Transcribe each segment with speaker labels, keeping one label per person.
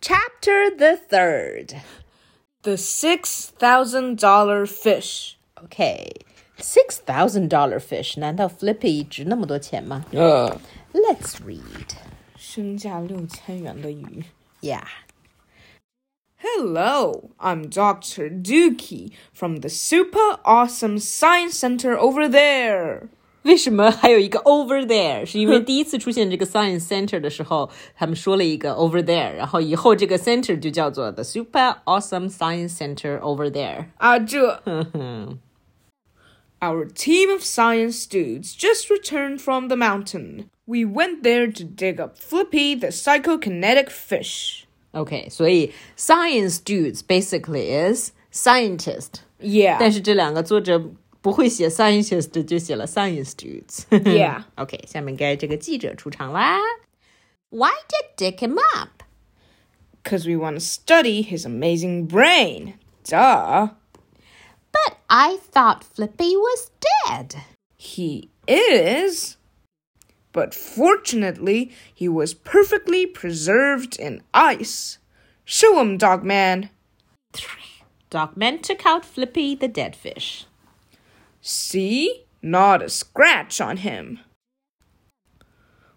Speaker 1: Chapter the third.
Speaker 2: The $6,000 fish.
Speaker 1: Okay, six thousand dollar fish. 难道 Flippy 值那么多钱吗
Speaker 2: Uh.
Speaker 1: ？Let's read.
Speaker 2: 身价六千元的鱼。
Speaker 1: Yeah.
Speaker 2: Hello, I'm Dr. Dookie from the Super Awesome Science Center over there.
Speaker 3: 为什么还有一个 over there？是因为第一次出现这个 science center 的时候，他们说了一个 over there，然后以后这个 center 就叫做 the super awesome science center over there。
Speaker 2: 啊，这。Our team of science dudes just returned from the mountain. We went there to dig up Flippy the psychokinetic fish.
Speaker 3: OK，所以 science dudes basically is scientist，、但
Speaker 2: Yeah.
Speaker 3: 是这两个作者不会写 scientist，就写了 science dudes。
Speaker 2: Yeah.
Speaker 3: OK，下面该这个记者出场啦。Why did Dick him up？
Speaker 2: Because we want to study his amazing brain. Duh.
Speaker 3: But I thought Flippy was dead.
Speaker 2: He is. But fortunately, he was perfectly preserved in ice. Show him, dog man.
Speaker 3: Dogman took out Flippy the dead fish.
Speaker 2: See? Not a scratch on him.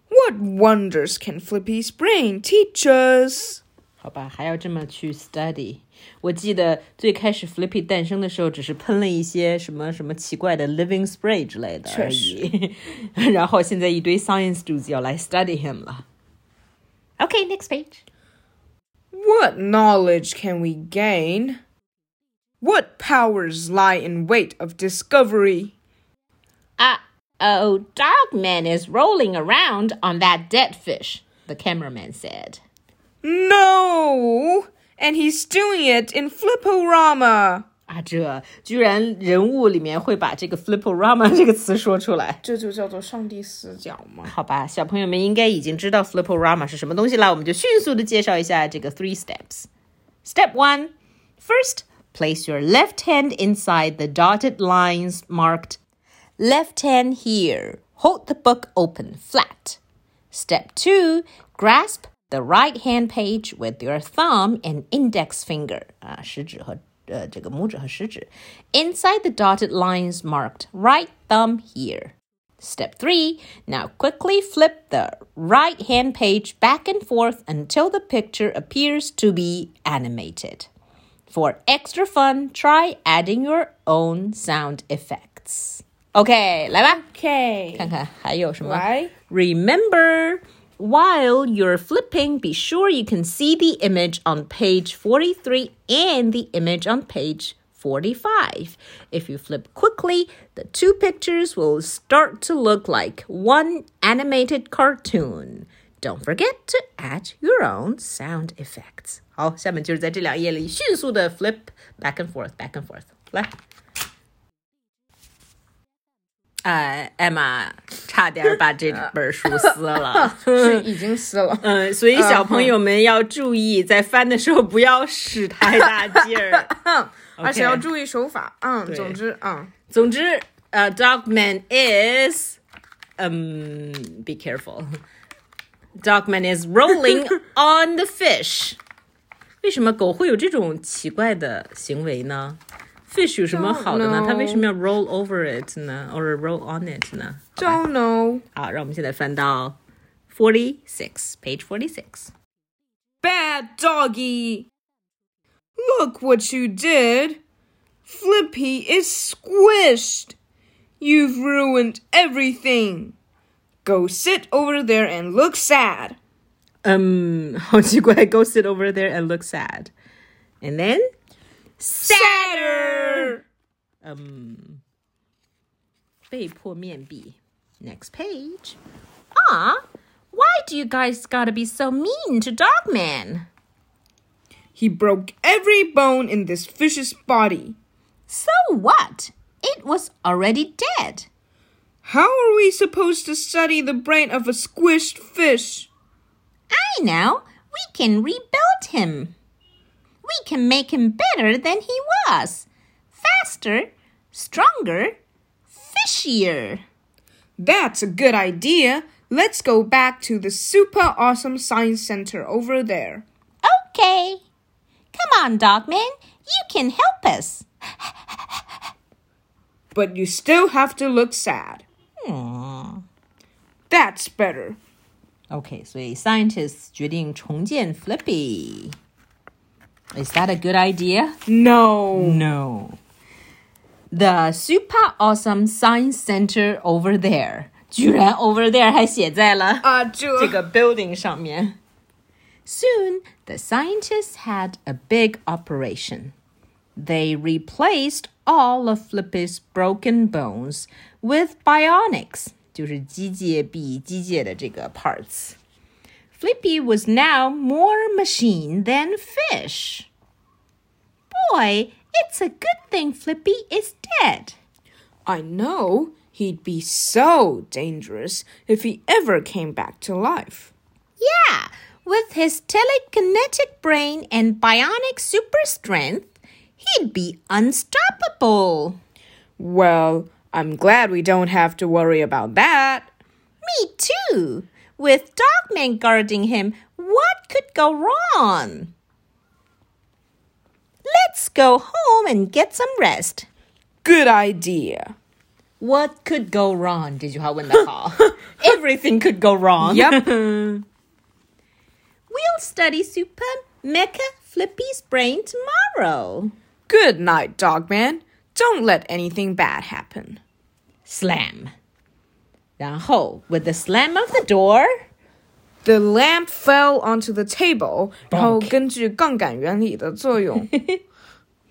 Speaker 2: What wonders can Flippy's brain teach us?
Speaker 3: 好吧，还要这么去 study。我记得最开始 Flippy 诞生的时候，只是喷了一些什么什么奇怪的 living spray 之类的而已。 然后现在一堆 science dudes 要来 study him 了。Okay, next page.
Speaker 2: What knowledge can we gain? What powers lie in wait of discovery?
Speaker 3: Uh oh, Dogman is rolling around on that dead fish. The cameraman said.
Speaker 2: No! And he's doing it in Flipporama!
Speaker 3: 啊，Ah, 这居然人物里面会把这个 flipporama 这个词说出来。
Speaker 2: 这就叫做上帝视角 嘛。
Speaker 3: 好吧，小朋友们应该已经知道 Flipporama 是什么东西了，我们就迅速的介绍一下这个 three steps。Step one, first, place your left hand inside the dotted lines marked left hand here. Hold the book open flat. Step two, grasp the right hand page with your thumb and index finger. 啊，食指和呃这个拇指和食指。Inside the dotted lines marked right thumb here. Step 3. Now quickly flip the right hand page back and forth until the picture appears to be animated. For extra fun, try adding your own sound effects. OK，来吧
Speaker 2: Okay.
Speaker 3: 看看还有什么
Speaker 2: 来
Speaker 3: Remember, while you're flipping, be sure you can see the image on page 43 and the image on page 45. If you flip quickly, the two pictures will start to look like one animated cartoon. Don't forget to add your own sound effects. 好，下面就是在这两页里迅速的 flip back and forth, back and forth. 来，呃，艾玛差点把这本书撕了。
Speaker 2: 是已经撕了。
Speaker 3: 嗯，所以小朋友们要注意，在翻的时候不要使太大劲儿。
Speaker 2: 而且要注意手法。嗯，总之，嗯，
Speaker 3: 总之，呃、d o g m a n is，嗯、b e careful。Dogman is rolling on the fish。为什么狗会有这种奇怪的行为呢？Fish 有什么好的呢
Speaker 2: Don't？know
Speaker 3: 它为什么要 roll over it 呢，or roll on it 呢？
Speaker 2: don't know
Speaker 3: 好，让我们现在翻到 forty six，page forty six。
Speaker 2: bad doggy. Look what you did. Flippy is squished. You've ruined everything. Go sit over there and look sad.
Speaker 3: 嗯，好奇怪，Go sit over there and look sad。And then，
Speaker 2: Sadder.
Speaker 3: 嗯，被迫面壁。Next page。啊，Why do you guys gotta be so mean to Dogman？
Speaker 2: He broke every bone in this fish's body.
Speaker 3: So what? It was already dead.
Speaker 2: How are we supposed to study the brain of a squished fish?
Speaker 3: I know. We can rebuild him. We can make him better than he was. Faster, stronger, fishier.
Speaker 2: That's a good idea. Let's go back to the super awesome science center over there.
Speaker 3: OK, okay. Come on, Dogman, you can help us.
Speaker 2: But you still have to look sad. That's better.
Speaker 3: Hmm. Okay, so scientists 决定重建 Flippy. Is that a good idea?
Speaker 2: No.
Speaker 3: No. The super awesome science center over there. 居然 over there 还写在了
Speaker 2: 啊，这
Speaker 3: 这个 building 上面。Soon, the scientists had a big operation. They replaced all of Flippy's broken bones with bionics, 就是机械臂、机械的这个 parts. Flippy was now more machine than fish. Boy, it's a good thing Flippy is dead.
Speaker 2: I know he'd be so dangerous if he ever came back to life.
Speaker 3: Yeah, with his telekinetic brain and bionic super strength, he'd be unstoppable.
Speaker 2: Well, I'm glad we don't have to worry about that.
Speaker 3: Me too. With Dogman guarding him, what could go wrong? Let's go home and get some rest.
Speaker 2: Good idea.
Speaker 3: What could go wrong? 这句话问得好。Everything could go wrong.
Speaker 2: Yep.
Speaker 3: We'll study Super Mecha Flippy's brain tomorrow.
Speaker 2: Good night, Dogman. Don't let anything bad happen.
Speaker 3: slam. 然后 with the slam of the door,
Speaker 2: The lamp fell onto the table.
Speaker 3: Bonk.
Speaker 2: 然后根据杠杆原理的作用，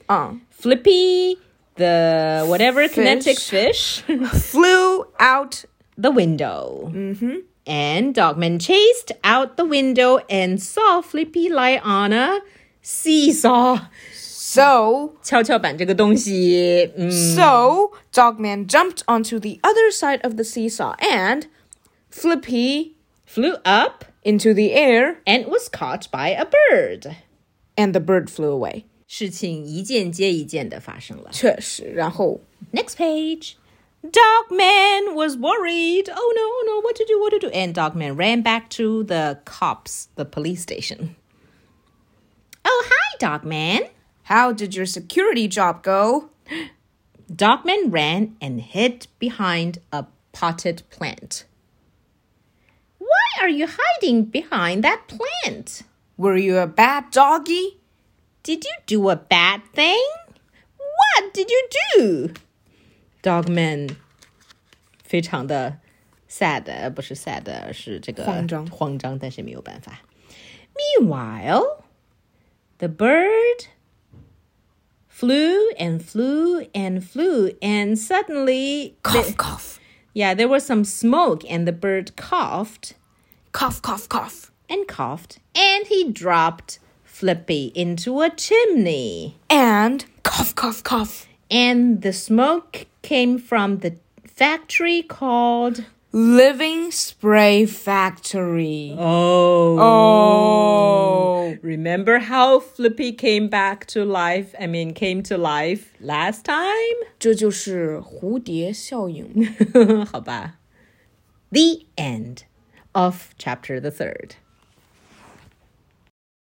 Speaker 2: 嗯
Speaker 3: Flippy the whatever kinetic fish
Speaker 2: flew out
Speaker 3: the window. Mm-hmm. And Dogman chased out the window and saw Flippy lie on a seesaw.
Speaker 2: so
Speaker 3: 跷跷板这个东西，嗯，
Speaker 2: So, Dogman jumped onto the other side of the seesaw and Flippy
Speaker 3: flew up
Speaker 2: into the air,
Speaker 3: and was caught by a bird.
Speaker 2: and the bird flew away.
Speaker 3: 事情一件接一件的发生了。
Speaker 2: 确实，然后
Speaker 3: Next page. Dogman was worried. Oh no, oh no, what to do, what to do? And Dogman ran back to the cops, the police station. Oh, hi, Dogman.
Speaker 2: How did your security job go?
Speaker 3: Dogman ran and hid behind a potted plant. Why are you hiding behind that plant?
Speaker 2: Were you a bad doggy?
Speaker 3: Did you do a bad thing? What did you do? Dogman 非常的 sad，呃不是 sad，而是这个
Speaker 2: 慌张
Speaker 3: 慌张，但是没有办法。Meanwhile, the bird flew and flew and flew, and suddenly,
Speaker 2: Cough, cough,
Speaker 3: yeah, there was some smoke, and the bird coughed
Speaker 2: cough, cough, cough.
Speaker 3: and coughed, and he dropped Flippy into a chimney.
Speaker 2: And cough, cough, cough.
Speaker 3: and the smoke came from the factory called
Speaker 2: Living Spray Factory.
Speaker 3: oh
Speaker 2: Oh.
Speaker 3: remember how flippy came back to life i mean came to life last time
Speaker 2: 这就是蝴蝶效应。
Speaker 3: 好吧 the end of chapter the third